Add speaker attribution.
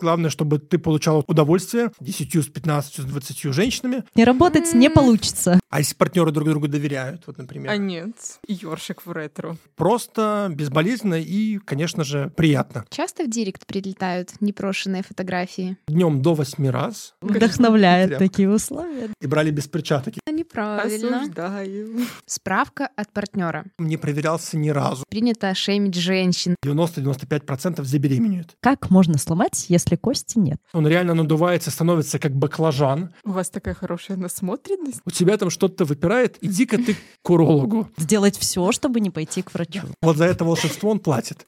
Speaker 1: Главное, чтобы ты получал удовольствие 10, с 15, с 20 женщинами.
Speaker 2: Не работать не получится.
Speaker 1: А если партнеры друг другу доверяют, вот, например.
Speaker 3: А нет, ёршик в ретро.
Speaker 1: Просто, безболезненно и, конечно же, приятно.
Speaker 4: Часто в директ прилетают непрошенные фотографии?
Speaker 1: Днем до 8 раз.
Speaker 2: Вдохновляет
Speaker 1: Тряпка.
Speaker 2: такие условия.
Speaker 1: И брали без перчаток.
Speaker 4: Неправильно.
Speaker 3: Осуждаю.
Speaker 4: Справка от партнера.
Speaker 1: Не проверялся ни разу.
Speaker 4: Принято шеймить женщин.
Speaker 1: 90-95% забеременеют.
Speaker 2: Как можно сломать, если кости нет?
Speaker 1: Он реально надувается, становится как баклажан.
Speaker 3: У вас такая хорошая насмотренность.
Speaker 1: У тебя там что-то выпирает, иди-ка ты к урологу.
Speaker 2: Сделать все, чтобы не пойти к врачу.
Speaker 1: Вот за это волшебство он платит.